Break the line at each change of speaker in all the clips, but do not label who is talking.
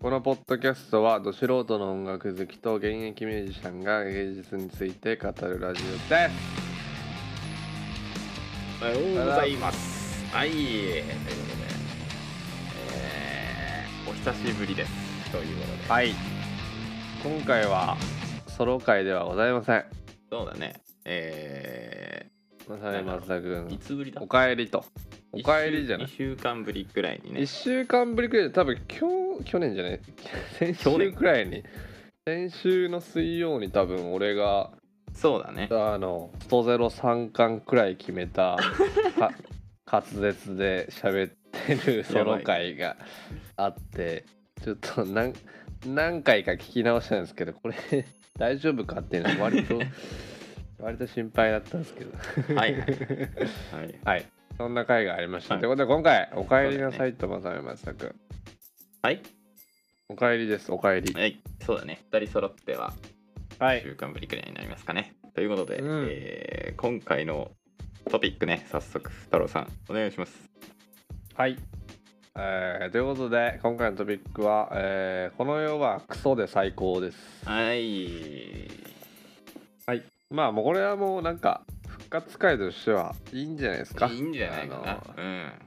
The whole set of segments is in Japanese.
このポッドキャストはど素人の音楽好きと現役ミュージシャンが芸術について語るラジオです
おはようございます。はい、ということで、えーお久しぶりです。ということで、
はい今回はソロ会ではございません
そうだね、え
まさみ松田
ー、い
君
つぶりだ
おかえりとおかえりじゃない
2週間ぶりくらいにね
1、週間ぶりくらいで多分今日去年じゃない先
去
週
年
くらいに先週の水曜に多分俺が
そうだね、
あのストゼロ3巻くらい決め たか滑舌で喋ってるソロ回があってちょっと何何回か聞き直したんですけどこれ 大丈夫かっていうのは割 と割と心配だったんですけど
はい、はい、
はいそんな回がありました、
はい
ということで今回「おかえりな
そうだ
さい」とまさめまさく
はい、
おかえりですおかえり
はい、そうだね、2人揃っては
は
1週間ぶりくらいになりますかね。ということで、
うん
えー今回のトピックね、早速、太郎さん、お願いします。
はい、えーということで今回のトピックは、えーこの世はクソで最高」です
はい、
まあもうこれはもうなんか復活会としてはいいんじゃないですか
いいんじゃないかな。うん
あの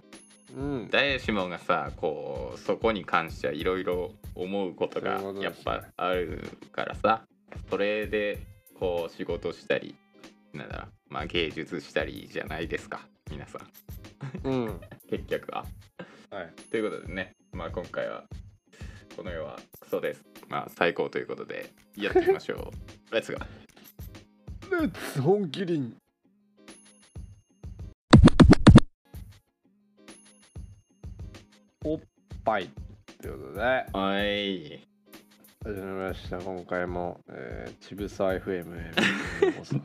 うん
誰しもがさこうそこに関してはいろいろ思うことが
そういうこと
や
です
っ
ね
ぱあるからさそれでこう仕事したりなんだろうまあ芸術したりじゃないですか皆さん
うん
結局は。
はい
ということでねまあ今回はこの世はクソですまあ最高ということでやってみましょ う。レッツゴー
レッツ本麒麟おっぱいということで
はい
始まりました今回も、えー、ちぶさ FM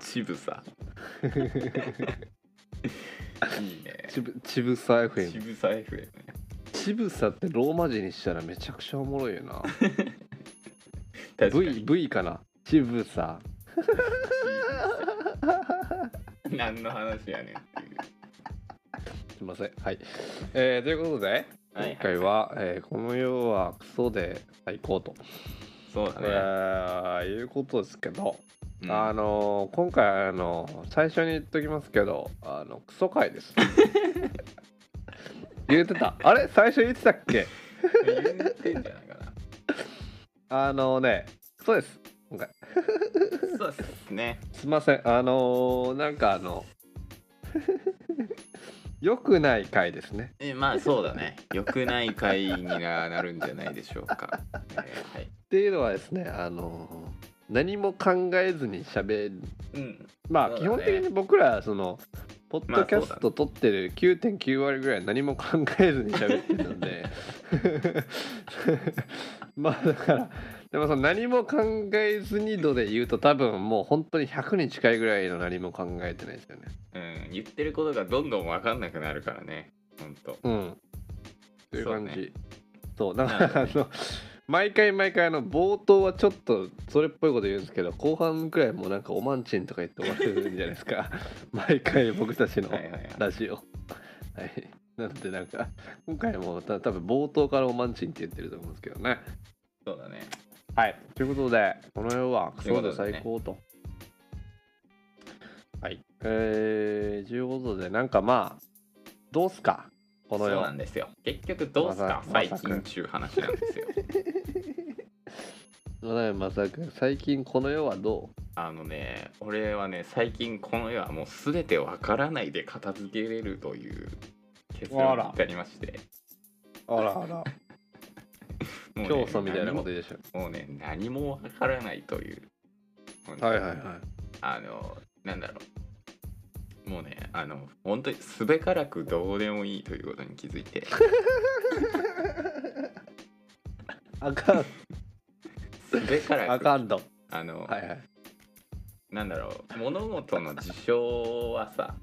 ち ぶさいいね
ちぶちぶさ
ち
FM
ぶさ FM ね
ちぶさってローマ字にしたらめちゃくちゃおもろいよな
確か
V,
に
v かなちぶさ
何の話やねんっていう。
すいませんはい、えー、ということで今回は、えーこの世はクソで最高と、
そうだね、
えーいうことですけど、
うん
あのー今回、あのー最初に言っときますけどあのクソ回です 言ってたあれ最初言ってたっけ
言ってんじゃないかな
あのねクソです今回
そうですね
すいませんあのーなんかあの 良くない回ですね
えまあそうだね良くない回にななるんじゃないでしょうか、えーはい
っていうのはですねあのー何も考えずに喋る
うん
まあ、基
そうだね
本的に僕らそのポッドキャスト撮ってる9.9割ぐらい何も考えずに喋ってるので まあだからでもその何も考えずに度で言うと多分もう本当に100に近いぐらいの何も考えてないですよね。
うん、言ってることがどんどん分かんなくなるからねほんと
うん。という感じ。そ
そ
うう,、だからあの毎回毎回あの冒頭はちょっとそれっぽいこと言うんですけど後半くらいもうなんかおまんちんとか言って終わってるんじゃないです か毎回僕たちの。
はいはいはい
ラジオ。はい。なのでなんか、今回もた多分冒頭からおまんちんって言ってると思うんですけどね。
そうだね
はい。ということで、この世はクソで最
と
高と。はい。えー、ということで、なんかまあ、どうすかこの
そう
世
なんですよ結局どうすか、
まさ
最
まさか
近中話なんですよ
野田山さくん、最近この世はど
あのね俺はね最近この世はもう全て分からないで片付けれるという結論に至りまして
うあらあら。
もうね
教祖みたいなことでしょ。
もうね何もわからないという
はいはいはい。
あのなんだろうもうねあの本当にすべからくどうでもいいということに気づ いて
あかん、
すべから
あ
くあ
かんと。
の、
はいはい。
なんだろう物事の事象はさ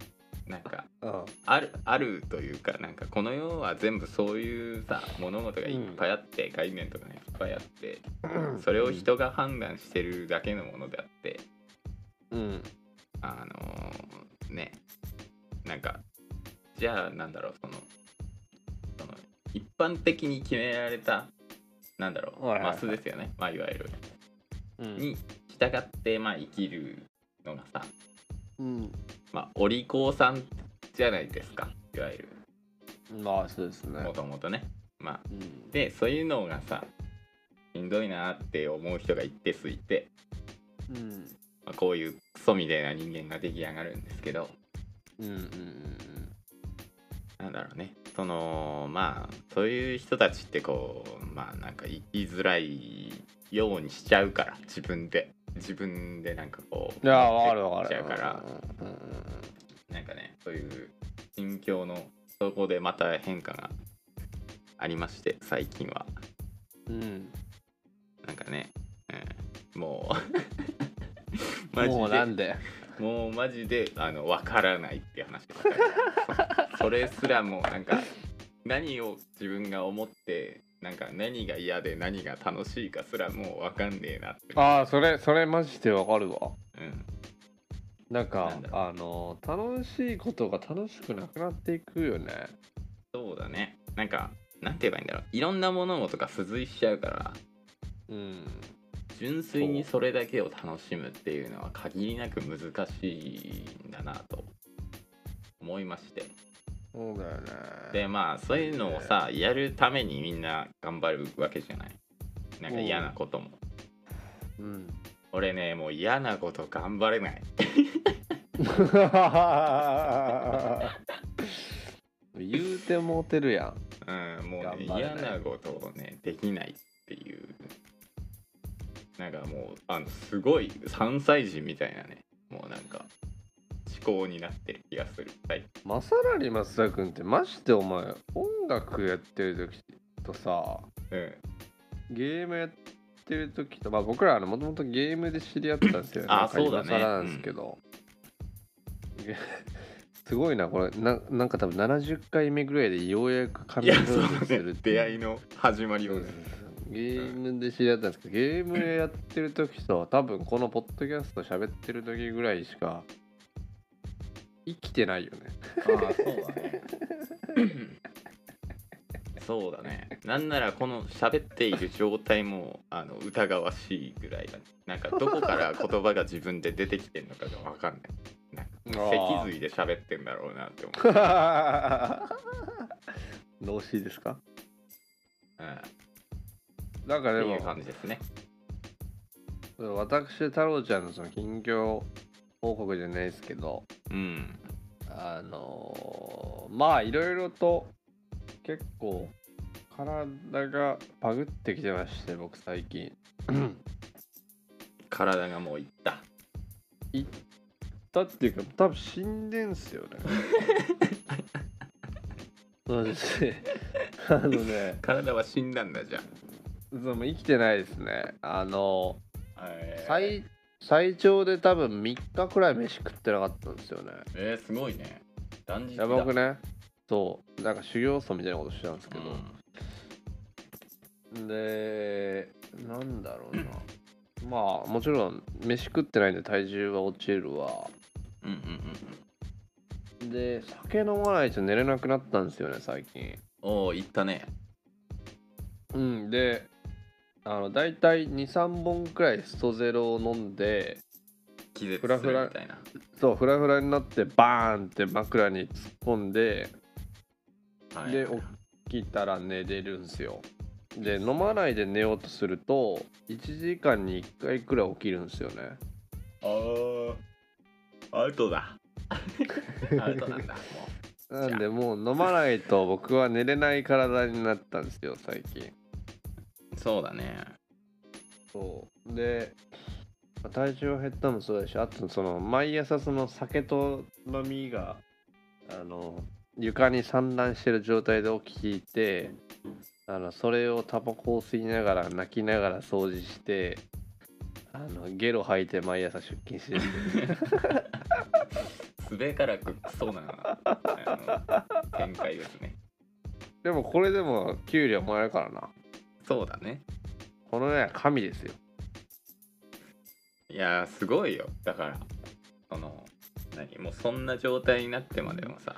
なんか
うん。
あるあるというかなんかこの世は全部そういうさ物事がいっぱいあって、概念とかがいっぱいあってそれを人が判断してるだけのものであって、
うん。
あのーねなんかじゃあなんだろうそのその一般的に決められたなんだろう、
はいはいはい
マスですよね、まあ、いわゆる、
うん
に従って、まあ、生きるのがさ、
うん
まあ、お利口さんじゃないですかいわゆ
まあそうですね
るもともとね、まあ、
うん
でそういうのがさしんどいなって思う人が一定数いて、
うん
まあ、こういうクソみたいな人間が出来上がるんですけど
うんうんうん
なんだろうねそのまあそういう人たちってこうまあなんか生きづらいようにしちゃうから自分で自分でなんかこう
いやわかるわか
しちゃ
る
うから
うんうんうん
なんかねそういう心境のそこでまた変化がありまして最近は
うん
なんかね、うん、もう マジで
も
も
うなんで
うマジであの分からないっていう話ばっかりそそれすらもうなんか何を自分が思ってなんか何が嫌で何が楽しいかすらもう分かんねえなって
ああそれそれマジでわかるわ
うん
なんか
なんだろ
あの楽しいことが楽しくなくなっていくよね
そうだねなんかなんて言えばいいんだろういろんなものとか付随しちゃうから
うん
純粋にそれだけを楽しむっていうのは限りなく難しいんだなと思いまして
そうだよね
でまあそういうのをさやるためにみんな頑張るわけじゃないなんか嫌なことも
うん
俺ねもう嫌なこと頑張れない
言うてもうてるやん
うんもうね
頑張れな
嫌
い
なことをねできないっていうなんかもうあのすごい3歳児みたいなねもうなんか思考になってる気がするはい
マサラリ松田君ってマジでお前音楽やってる時とさ
うん
ゲームやってる時とまあ僕らもともとゲームで知り合ったんですよね
あそうだね
今更なんですけど、げ すごいなこれななんか多分70回目ぐらいでようやく
い
神
や
ン
そう
グする
ね
って
出会
い
いうの始まり
そ
を
う
ね
そうそうゲームで知り合ったんですけどゲームやってる時と多分このポッドキャスト喋ってる時ぐらいしか生きてないよね
ああそうだ ねそうだねなんならこの喋っている状態もあの疑わしいぐらいだねなんかどこから言葉が自分で出てきてるのかが分かん ないなんか脊髄で喋ってんだろうなって思う、
脳死ですか
うん、っ
なんか
て
で
い
も
う感じですね
私太郎ちゃんのその近況報告じゃないですけど
うん
あのーまあいろいろと結構体がパグってきてまして僕最近
体がもういった
いったっていうか多分死んでんす よねマジであのね
体は死んだんだじゃん
その生きてないですねあの
えー
最最長で多分3日くらい飯食ってなかったんですよね
えーすごいね断食だ
やばくねそうなんか修行僧みたいなことしてたんですけど、でなんだろうなまあもちろん飯食ってないんで体重は落ちるわ
うん、うんうんうんうん
で酒飲まないと寝れなくなったんですよね最近
おおいったね
うんであの大体23本くらいストゼロを飲んで
気絶す
フラフラ
るみたいな
そうフラフラになってバーンって枕に突っ込んで
はい
で起きたら寝れるんすよで飲まないで寝ようとすると1時間に1回くらい起きるんですよね
ああアウトだ アウトなんだも
なんでもう飲まないと僕は寝れない体になったんですよ最近
うそうだね
そうでまあ体重減ったのもそうだしあとその毎朝その酒と飲みがあの床に散乱してる状態で起きてあのそれをタバコを吸いながら泣きながら掃除してあのゲロ吐いて毎朝出勤 してる
すべからくクソなあの展開ですね
でもこれでも給料もらえるからな
そうだね
このね神ですよ
いやーすごいよだからその何もうそんな状態になってまでもさ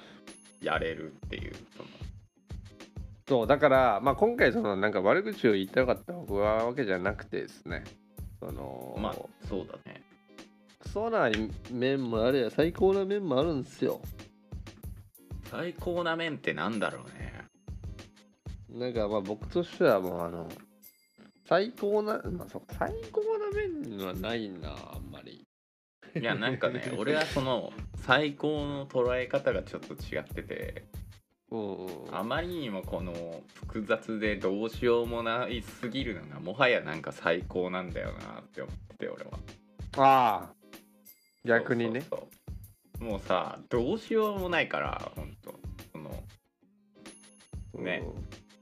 やれるっていうその
そうだから、まあ、今回そのなんか悪口を言いたかったわけじゃなくてですねその、
まあそうだね
クソない面もあれや最高な面もあるんですよ
最高な面ってなんだろうね
なんかまあ僕としてはもうあの最高な、まあ、そうか最高な面はないなあんまり
いやなんかね俺はその最高の捉え方がちょっと違ってて
うんうん
あまりにもこの複雑でどうしようもないすぎるのがもはやなんか最高なんだよなって思ってて俺は
ああ逆にね
そうそうそうもうさどうしようもないから本当そのそうね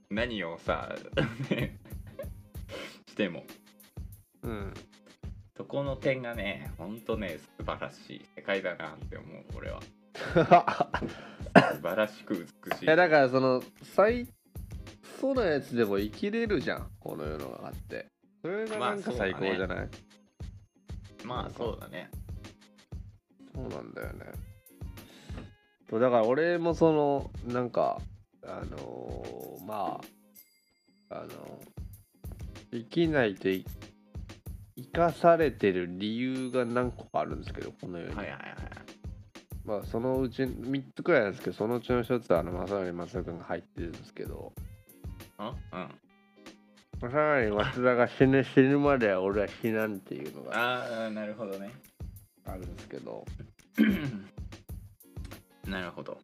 何をさ ねしても
うんうん
そこの点がね本当ね素晴らしい世界だなって思う俺は素晴らしく美しい
いやだからその最そうなやつでも生きれるじゃんこの世の中ってそれがなんか
まあそう
最
だ
高
ね
じゃない、
まあそうだね
そうなんだよねそうだから俺もそのなんかあのーまああの生きないとい生かされてる理由が何個かあるんですけどこの世に、
はいはいはい
まあそのうち3つくらいなんですけどそのうちの1つはあの正成松田君が入ってるんですけど、
あうん
さらに松田が死ぬ死ぬまでは俺は死なんっていうのが
ああなるほどね
あるんですけど
なるほど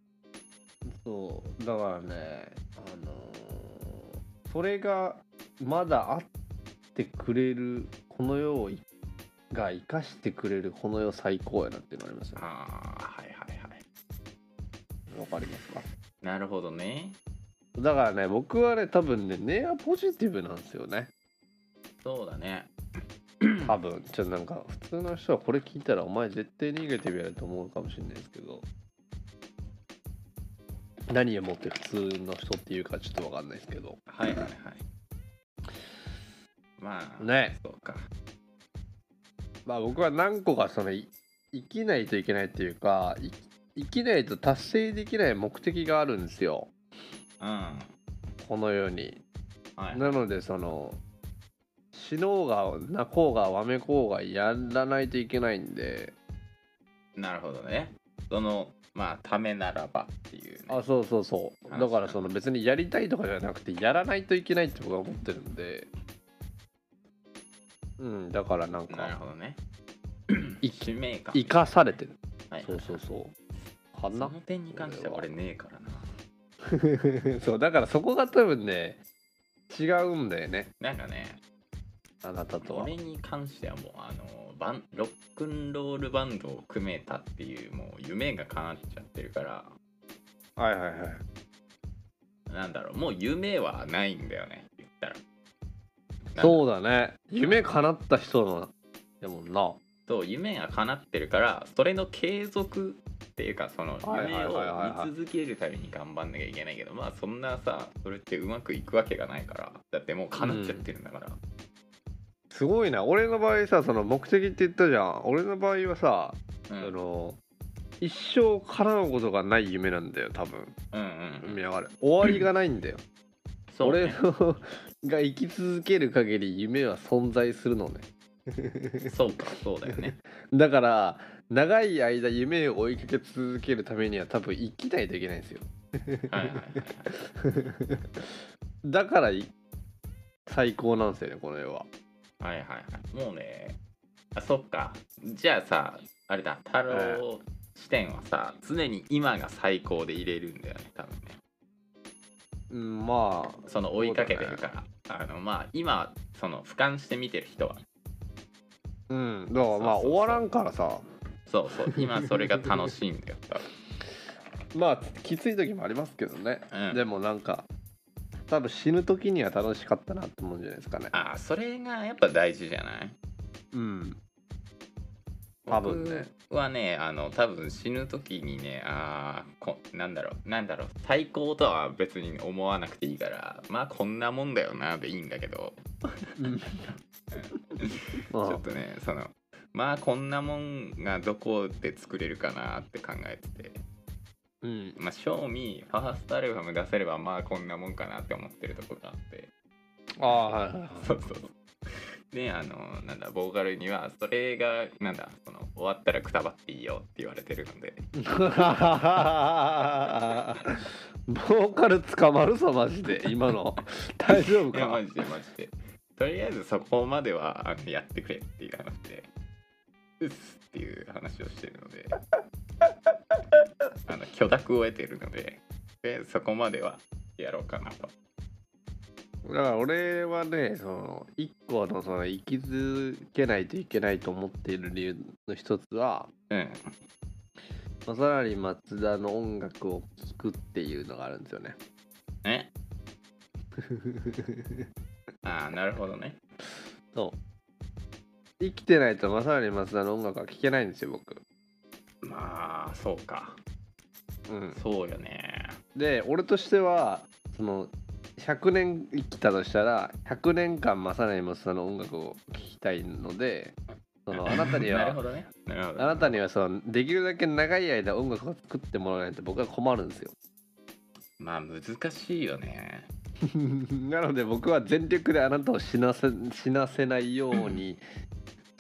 そうだからねあのーそれがまだあってくれるこの世をいが生かしてくれるこの世最高やなっていうのありますよね
ああはいはいはい
わかりますか
なるほどね
だからね僕はね多分ね根はポジティブなんですよね
そうだね
多分ちょっとなんか普通の人はこれ聞いたらお前絶対ネガティブやると思うかもしれないですけど何をもって普通の人っていうかちょっと分かんないですけど
はいはいはいまあ
ね
そうか
まあ僕は何個かそのい生きないといけないっていうかい生きないと達成できない目的があるんですよ
うん
この世に
はい
なのでその死のうが泣こうがわめこうがやらないといけないんで
なるほどねそのまあためならばっていうね
あそうそうそう
話
だからその別にやりたいとかじゃなくてやらないといけないって僕は思ってるんでうんだからなん
なる
か
ほどね
い
使命感
生かされてる
はい
そうそうそうか
そ
な
の点に関しては俺ねえからな
そうだからそこが多分ね違うんだよね
なんかね
あなたとは
俺に関してはもうあのバンロックンロールバンドを組めたっていうもう夢が叶っちゃってるから
はいはいはい
なんだろうもう夢はないんだよね言ったらう
そうだね夢叶った人のでもんな
そう夢が叶ってるからそれの継続っていうかその
はいはい
夢
はいはいはい
を見続けるために頑張んなきゃいけないけどまあそんなさそれってうまくいくわけがないからだってもう叶っちゃってるんだから、
すごいな俺の場合さその目的って言ったじゃん俺の場合はさ
うん
あの一生叶うことがない夢なんだよ多分
うんうんうん
見上がる終わりがないんだよ、
そう
俺
ね
のが生き続ける限り夢は存在するのね
そうかそうだよね
だから長い間夢を追いかけ続けるためには多分生きないといけないんですよ
はいはいはいはい
だからい最高なんですよねこの世は
はいはいはいもうねあそっかじゃあさあれだ太郎視点はさ常に今が最高で入れるんだよね多分ね
うんまあ
その追いかけてるから、あのまあ今その俯瞰して見てる人は
うんだからまあ
そうそうそう
終わらんからさ
そうそう今それが楽しいんだよ多
まあきつい時もありますけどね、
分、うん、
でもなんか多分死ぬ時には楽しかったなって思うんじゃないですかね
ああそれがやっぱ大事じゃない
うん多分ね
僕はねあの多分死ぬ時にねああこなんだろうなんだろう最高とは別に思わなくていいからまあこんなもんだよなでいいんだけど
うん
ちょっとねそのまあこんなもんがどこで作れるかなって考えてて
うん
まあ正味ファーストアルバム出せればまあこんなもんかなって思ってるとこがあって
ああはいはいはい
そうそうそうであのなんだボーカルにはそれがなんだその終わったらくたばっていいよって言われてるので
ボーカル捕まるぞマジで今の大丈夫
いやマ
か
ジでマジでとりあえずそこまではあのやってくれっていう話でうっすっていう話をしてるのであの許諾を得てるのででそこまではやろうかなと
だから俺はねその一個のその生き続けないといけないと思っている理由の一つは、
うん
まあ、さらに松田の音楽を聴くっていうのがあるんですよ ね
ねああなるほどね
そう生きてないとまさらに松田の音楽は聴けないんですよ僕
まあそうか
うん
そうよね
で俺としてはその100年生きたとしたら100年間まさにもその音楽を聴きたいのでそのあなたに
なるほ
は
どねなるほど
あなたにはそのできるだけ長い間音楽を作ってもらわないと僕は困るんです よ
まあ難しいよね
なので僕は全力であなたを死なせ死なせないように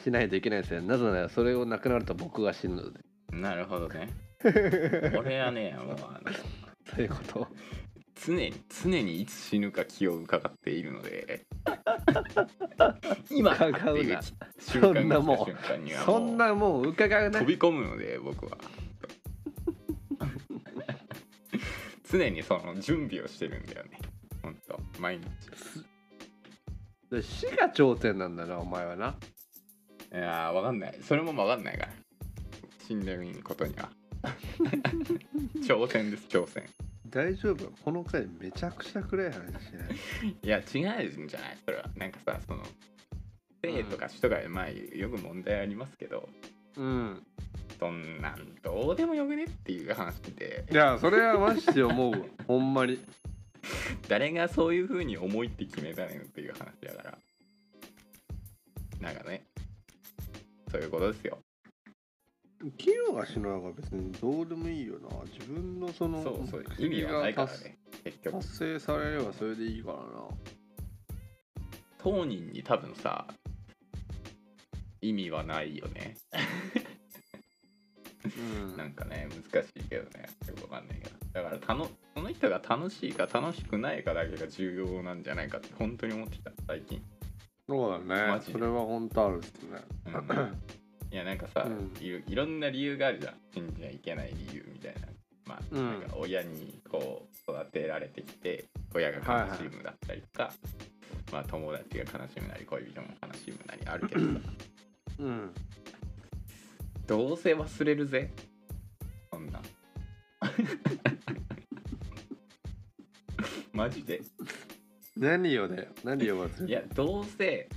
しないといけないんですよなぜならそれをなくなると僕が死ぬので
なるほ どね俺はねもうあの
そういうこと
常に常にいつ死ぬか気を伺っているの で今だっていう瞬
そ
間が
んなもん
来た瞬間にはも
そ
うん
なもう伺うな
飛
い
び込むので僕は常にその準備をしてるんだよね本当毎日
死が頂点なんだなお前はない
やーわかんないそれもわかんないから死んでみることに は挑戦です挑戦
大丈夫このくらいめちゃくちゃ暗い話しない
いや違うんじゃないそれはなんかさその性とか死とかまあよく問題ありますけど、
うん
そんなんどうでもよくねっていう話で
いやそれはマジで思うわ ほんまに
誰がそういう風に思いって決めたねんっていう話だからなんかねそういうことですよ
器用がしないが別にどうでもいいよな自分のその
そうそう意味はないからね結局
達成されればそれでいいからな
当人に多分さ意味はないよね
うん
なんかね難しいけどねよくわかんないけどだからたのその人が楽しいか楽しくないかだけが重要なんじゃないかって本当に思ってきた最近
そうだ
マ
ね
ジで
それは本当あるっすね
うんいやなんかさ、
うん
いろいろんな理由があるじゃん信じちゃいけない理由みたいなまあ、
うん
なんか親にこう育てられてきて親が悲しむだったりとか、まあ友達が悲しむなり恋人も悲しむなりあるけどさ
うん
どうせ忘れるぜそんなんマジで
何よね何よ忘れ
いやどうせ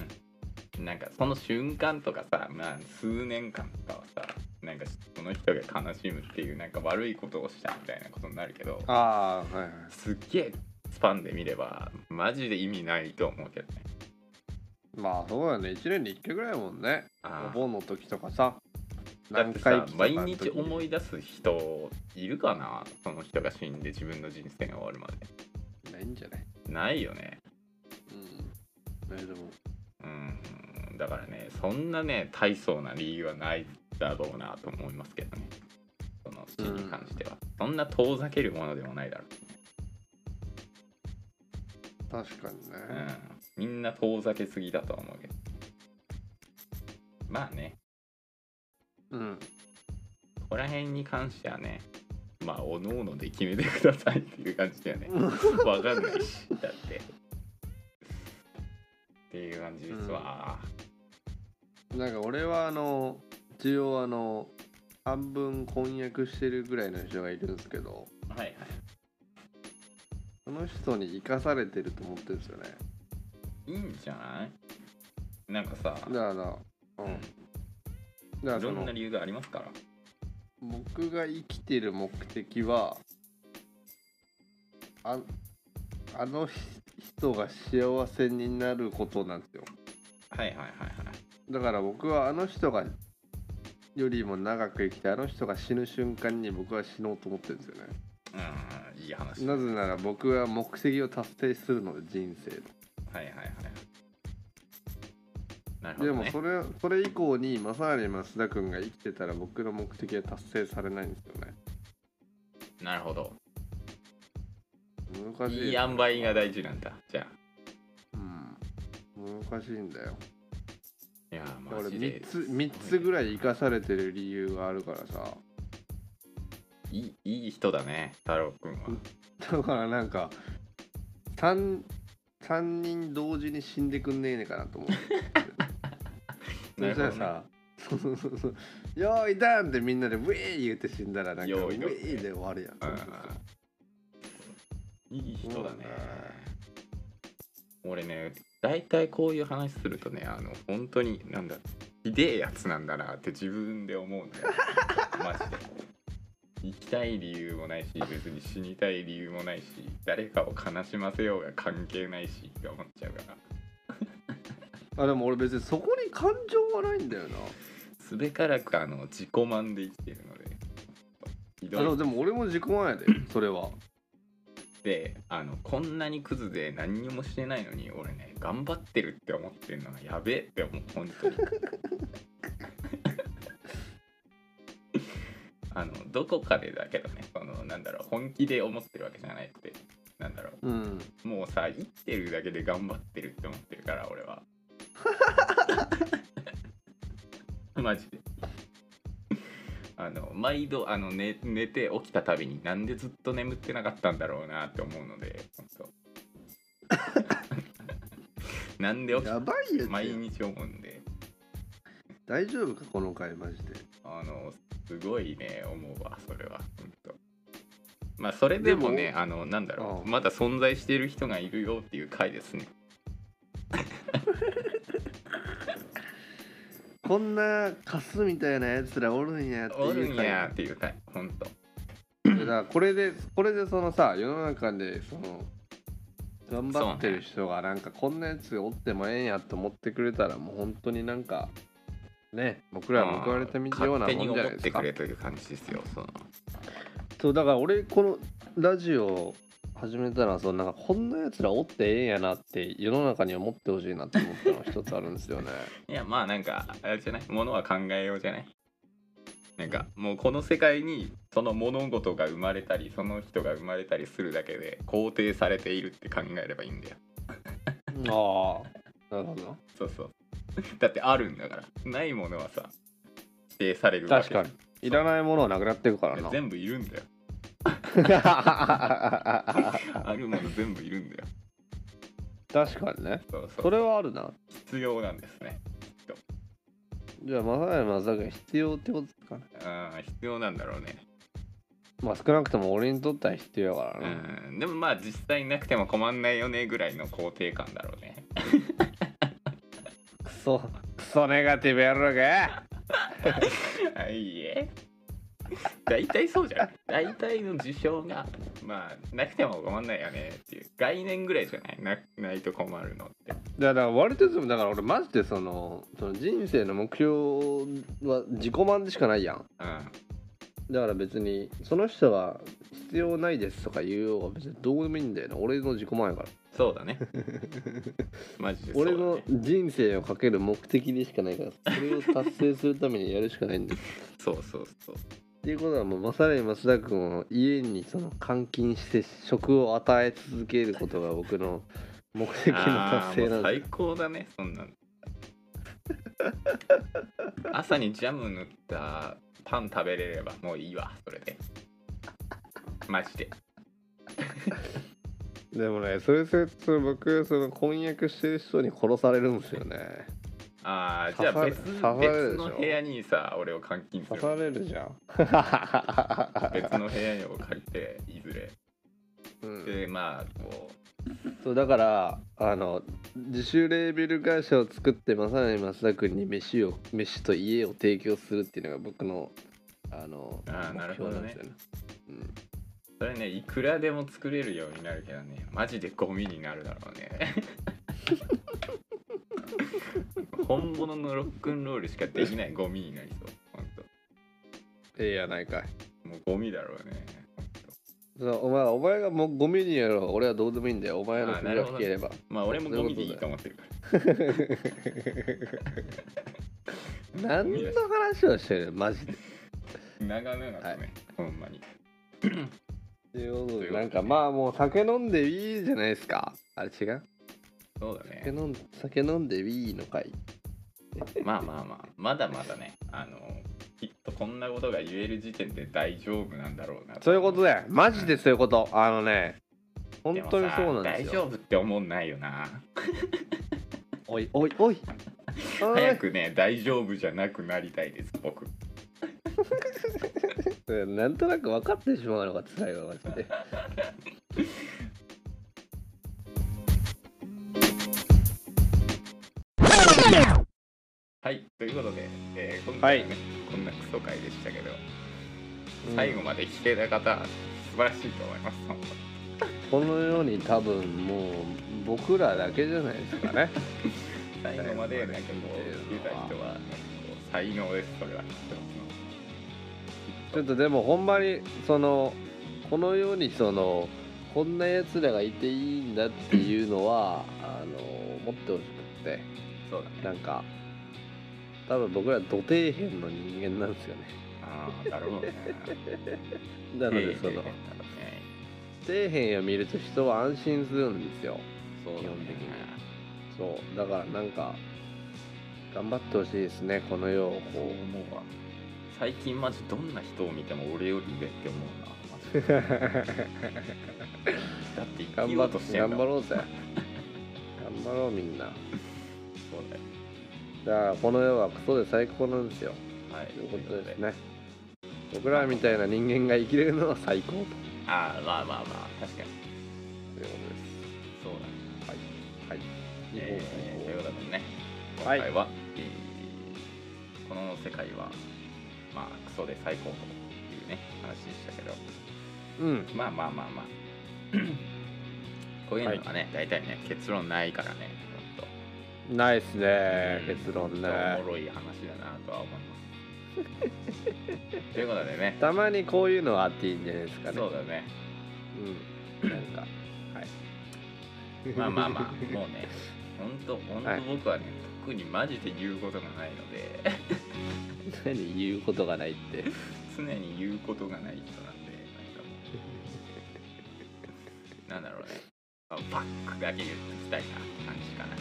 なんかその瞬間とかさまあ数年間とかはさなんかその人が悲しむっていうなんか悪いことをしたみたいなことになるけど
ああはいはい
すっげえスパンで見ればマジで意味ないと思うけどね
まあそうだね1年に1回ぐらいやもんね
あ
お盆の時とかさ
だってさ毎日
い
思い出す人いるかなその人が死んで自分の人生が終わるまで
ないんじゃない
ないよね
うんないと思う
うんだからねそんなね大層な理由はないだろうなと思いますけどねその死に関しては、そんな遠ざけるものでもないだろ
確かにね、
う、うん、みんな遠ざけすぎだとは思うけどまあね
うん、
ここら辺に関してはねまあおのおので決めてくださいっていう感じだよねわかんないしだってっていう感じですわ、
なんか俺はあの一応あの半分婚約してるぐらいの人がいるんですけど
はいはい
その人に生かされてると思ってるんですよね
いいんじゃないなんか
だ
さ
からうんだから
い
そ
ろん
の
な理由がありますから
僕が生きてる目的はああの人が幸せになることなんですよ
はいはいはいはい。
だから僕はあの人がよりも長く生きてあの人が死ぬ瞬間に僕は死のうと思ってるんですよね
うんいい話
なぜなら僕は目的を達成するので人生の
はいはいはいなるほ
で
ど、
も
ね、
それそれ以降に正成増田君が生きてたら僕の目的は達成されないんですよね
なるほど
難しい
いい塩梅が大事なんだじゃ
うん難しいんだよ
あいやーマ
俺
ジ
3
で
つ3つぐらい生かされてる理由があるからさ
いいいい人だね太郎くんは
だからなんか 3, 三人同時に死んでくんねえねかなと思って そしたらさ「そうそうそうそうよーいだん!」ってみんなで「ウェーイ!」言って死んだらなんか「ウ
よ
ェ
ーいどん
ーイ!」で終わるやんそ
うん
うそうそう
いい人だ
そうだ
ね
ね。
俺ね、大体こういう話するとね、あの本当になんだ、ひでえやつなんだなって自分で思うんだよ。マジで。生きたい理由もないし、別に死にたい理由もないし、誰かを悲しませようが関係ないしって思っちゃうから。
あでも俺別にそこに感情はないんだよな
すべからくあの自己満で生きてるので。ひど
あ
い
のでも俺も自己満やでそれは
であのこんなにクズで何にもしてないのに俺ね頑張ってるって思ってるのがやべえって思う本当に あのどこかでだけどねそのなんだろう本気で思ってるわけじゃないってなんだろ
うん
うもうさ生きてるだけで頑張ってるって思ってるから俺は マジであの毎度あの寝寝て起きたたびになんでずっと眠ってなかったんだろうなって思うので本当 なんで起き
やばいやつ
毎
や
日思うんで
大丈夫かこの回マジで
あのすごいね思うわそれは本当まあそれでもね
で
あのなんだろ
う
うんまだ存在している人がいるよっていう回ですね
こんなカスみたいなやつらおるんやって
おる
い
ん
う回
やーっていう回本当
だからこれでこれでそのさ世の中でその頑張ってる人がなんかこんなやつおってもええんやと思ってくれたらもう本当になんかね僕らは報われた道ようなもんじゃないですか
勝手に思ってくれという感じですよその
そうだから俺このラジオ始めたのはそのなんかこんなやつらおってええんやなって世の中に思ってほしいなって思ったのが一つあるんです よね
いやまあなんかあれじゃないものは考えようじゃないなんかもうこの世界にその物事が生まれたりその人が生まれたりするだけで肯定されているって考えればいいんだよ
ああなるほど
そうそう。だってあるんだから。ないものはさ、否定されるわけ
確かにいらないものはなくなってるからな
全部いるんだよ。 あるもの全部いるんだよ。
確かにね
そうそ。
そうれはあるな
必要なんですね。
じゃあまさにまさか必要ってことですかね
うん、必要なんだろうね。
まあ少なくとも俺にとっては必要やからな、
うん。でもまあ実際なくても困んないよねぐらいの肯定感だろうね。
クソクソネガティブやろが
あいいえ。大体そうじゃん。大体の事象が、まあ、なくても困んないよねっていう概念ぐらいじゃないなないと困るのって。
だから割とでもだから俺マジでそのその人生の目標は自己満でしかないやん
うん。
だから別にその人は必要ないですとか言うようが別にどうでもいいんだよな俺の自己満やから、
そう だね。マジでそうだ、
俺
ね。
の人生をかける目的にしかないからそれを達成するためにやるしかないんだよ
そうそうそう。
っていうことはもうまさに増田君を家にその監禁して食を与え続けることが僕の目的の
あ
達
ー
成
も
な
うん
です
最高だね、そんなの。 朝にジャム塗ったパン食べれればもういいわ、それで。マジで。
でもねそれすると僕その婚約してる人に殺されるんですよね
ああ、じゃあ別
刺されるでし
別
ょ
の部屋にさ、俺を監禁す
刺さ
る。
れるじゃん、
別の部屋を借りて、いずれ。
うん、
で、まあ、こ
そうだからあの自主レーベル会社を作ってまさに増田君に飯を飯と家を提供するっていうのが僕のあの
あーなるほど
目標な
ね
んですよね
う、それね、いくらでも作れるようになるけどね、マジでゴミになるだろ うね。本物のロックンロールしかできないゴミになりそう、ほんと。
ええやないかい
もうゴミだろうね
そうお前お前がもうゴミにやろう俺はどうでもいいんだよお前の首が聞ければ
まあ俺もゴミでいいと思ってるか
何の話をしてるマジで
ら長々とね、ほんまに
ということでなんかまあもう酒飲んでいいじゃないですかあれ違う
そうだ
酒
ね
飲ん酒飲んでいいのかい
まあまあまあまだまだねあのきっとこんなことが言える時点で大丈夫なんだろうな
そういうこと
で
だよマジでそういうことあのね本
でもさ
当にそうなんですよ
大丈夫って思んないよな
おいおいおいお
早
い
くね大丈夫じゃなくなりたいです僕
なんとなく分かってしまうのが辛いわマジで
はいということで、えー今
は
回
い
はね、こんなクソ回でしたけど最後まで聞けた方素晴らしいと思います本当に
この世に多分もう僕らだけじゃないですかね
最後までなんかこう
最
聞
後ま
け
で
た人はなんかこう才能ですそれは
ちょっとでもほんまにそのこの世にそのこんなやつらがいていいんだっていうのはあの思ってほしくて
そうだね
なんか多分僕ら土底辺の人間なんですよね
ああなるほどね
なのでその
えー
底辺を見ると人は安心するんですよ
そうだね
基本的にそうだからなんか頑張ってほしいですねこの世を
そう
こ
思うわ最近マジどんな人を見ても俺より上って思うなマジ
う
でだって生き
頑
よ
張
う
っ
として
頑張
う
ろうぜ頑張ろうみんな
そうだよ
だからこの世はクソで最高なんですよ
はい
ということですね僕らみたいな人間が生きれるのは最高というこ
ああまあまあまあ確かに
とです
そうだね
はい日本
えーということでね今
はい
回は、えーこの世界はまあクソで最高というね話でしたけど
うん
まあまあまあ まあこういうのはね、大体ね結論ないからねほんと
ないっすね
うん
結論ね
ほんとおもろい話だなとは思いますということでね
たまにこういうのはあっていいんじゃないですかね
そうだね
うんなんかはい
まあまあまあもうね本当本
はい
当僕はね、特にマジで言うことがないので
何言うことがないって
常に言うことがない人なんでなんかもうなんだろうねあバックだけ言ってきたいな感じかな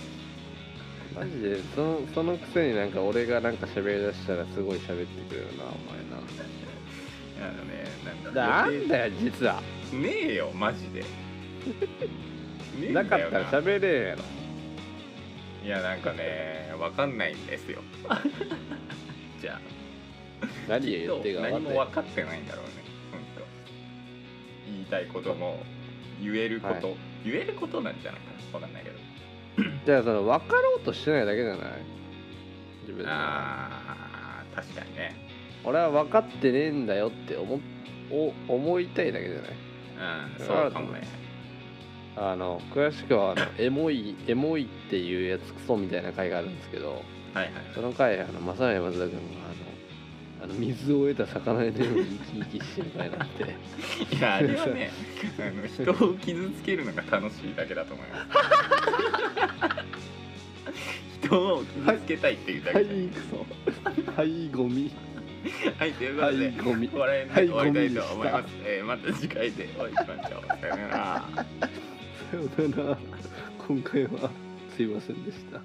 マジでそのそのくせになんか俺がなんか喋りだしたらすごい喋ってくるよなお
あのねな
前な
んだろう
なんだよ実は
ねえよマ ジでねえんだ
な
よ
かったら喋れんやろ
いやなんかねわかんないんです よじゃあ
何を言ってるか
何
分かん
も
ない
分かってないんだろうね本当言いたいことも言えること、言えることなんじゃないかなわかんないけど
じゃあその分かろうとしてないだけじゃない自分で
あー確かにね
俺は分かってねえんだよって思っお思いたいだけじゃない
うんそうかもね
あの詳しくはあのエモいエモいっていうやつクソみたいな回があるんですけど
はいはい
その回あのまさに松田君があのあの水を得た魚のように生き生きしてる回なんて
いやあれはね あの人を傷つけるのが楽しいだけだと思い ます人を傷つけたいっていうだけじゃない
クソはいゴミ
はい、ということで、
はいゴミ
これで
はい
終わりたいと
ゴ
思
ミで
い
した
ます、えーまた次回でお会いしましょうさよなら
さよなら今回はすいませんでした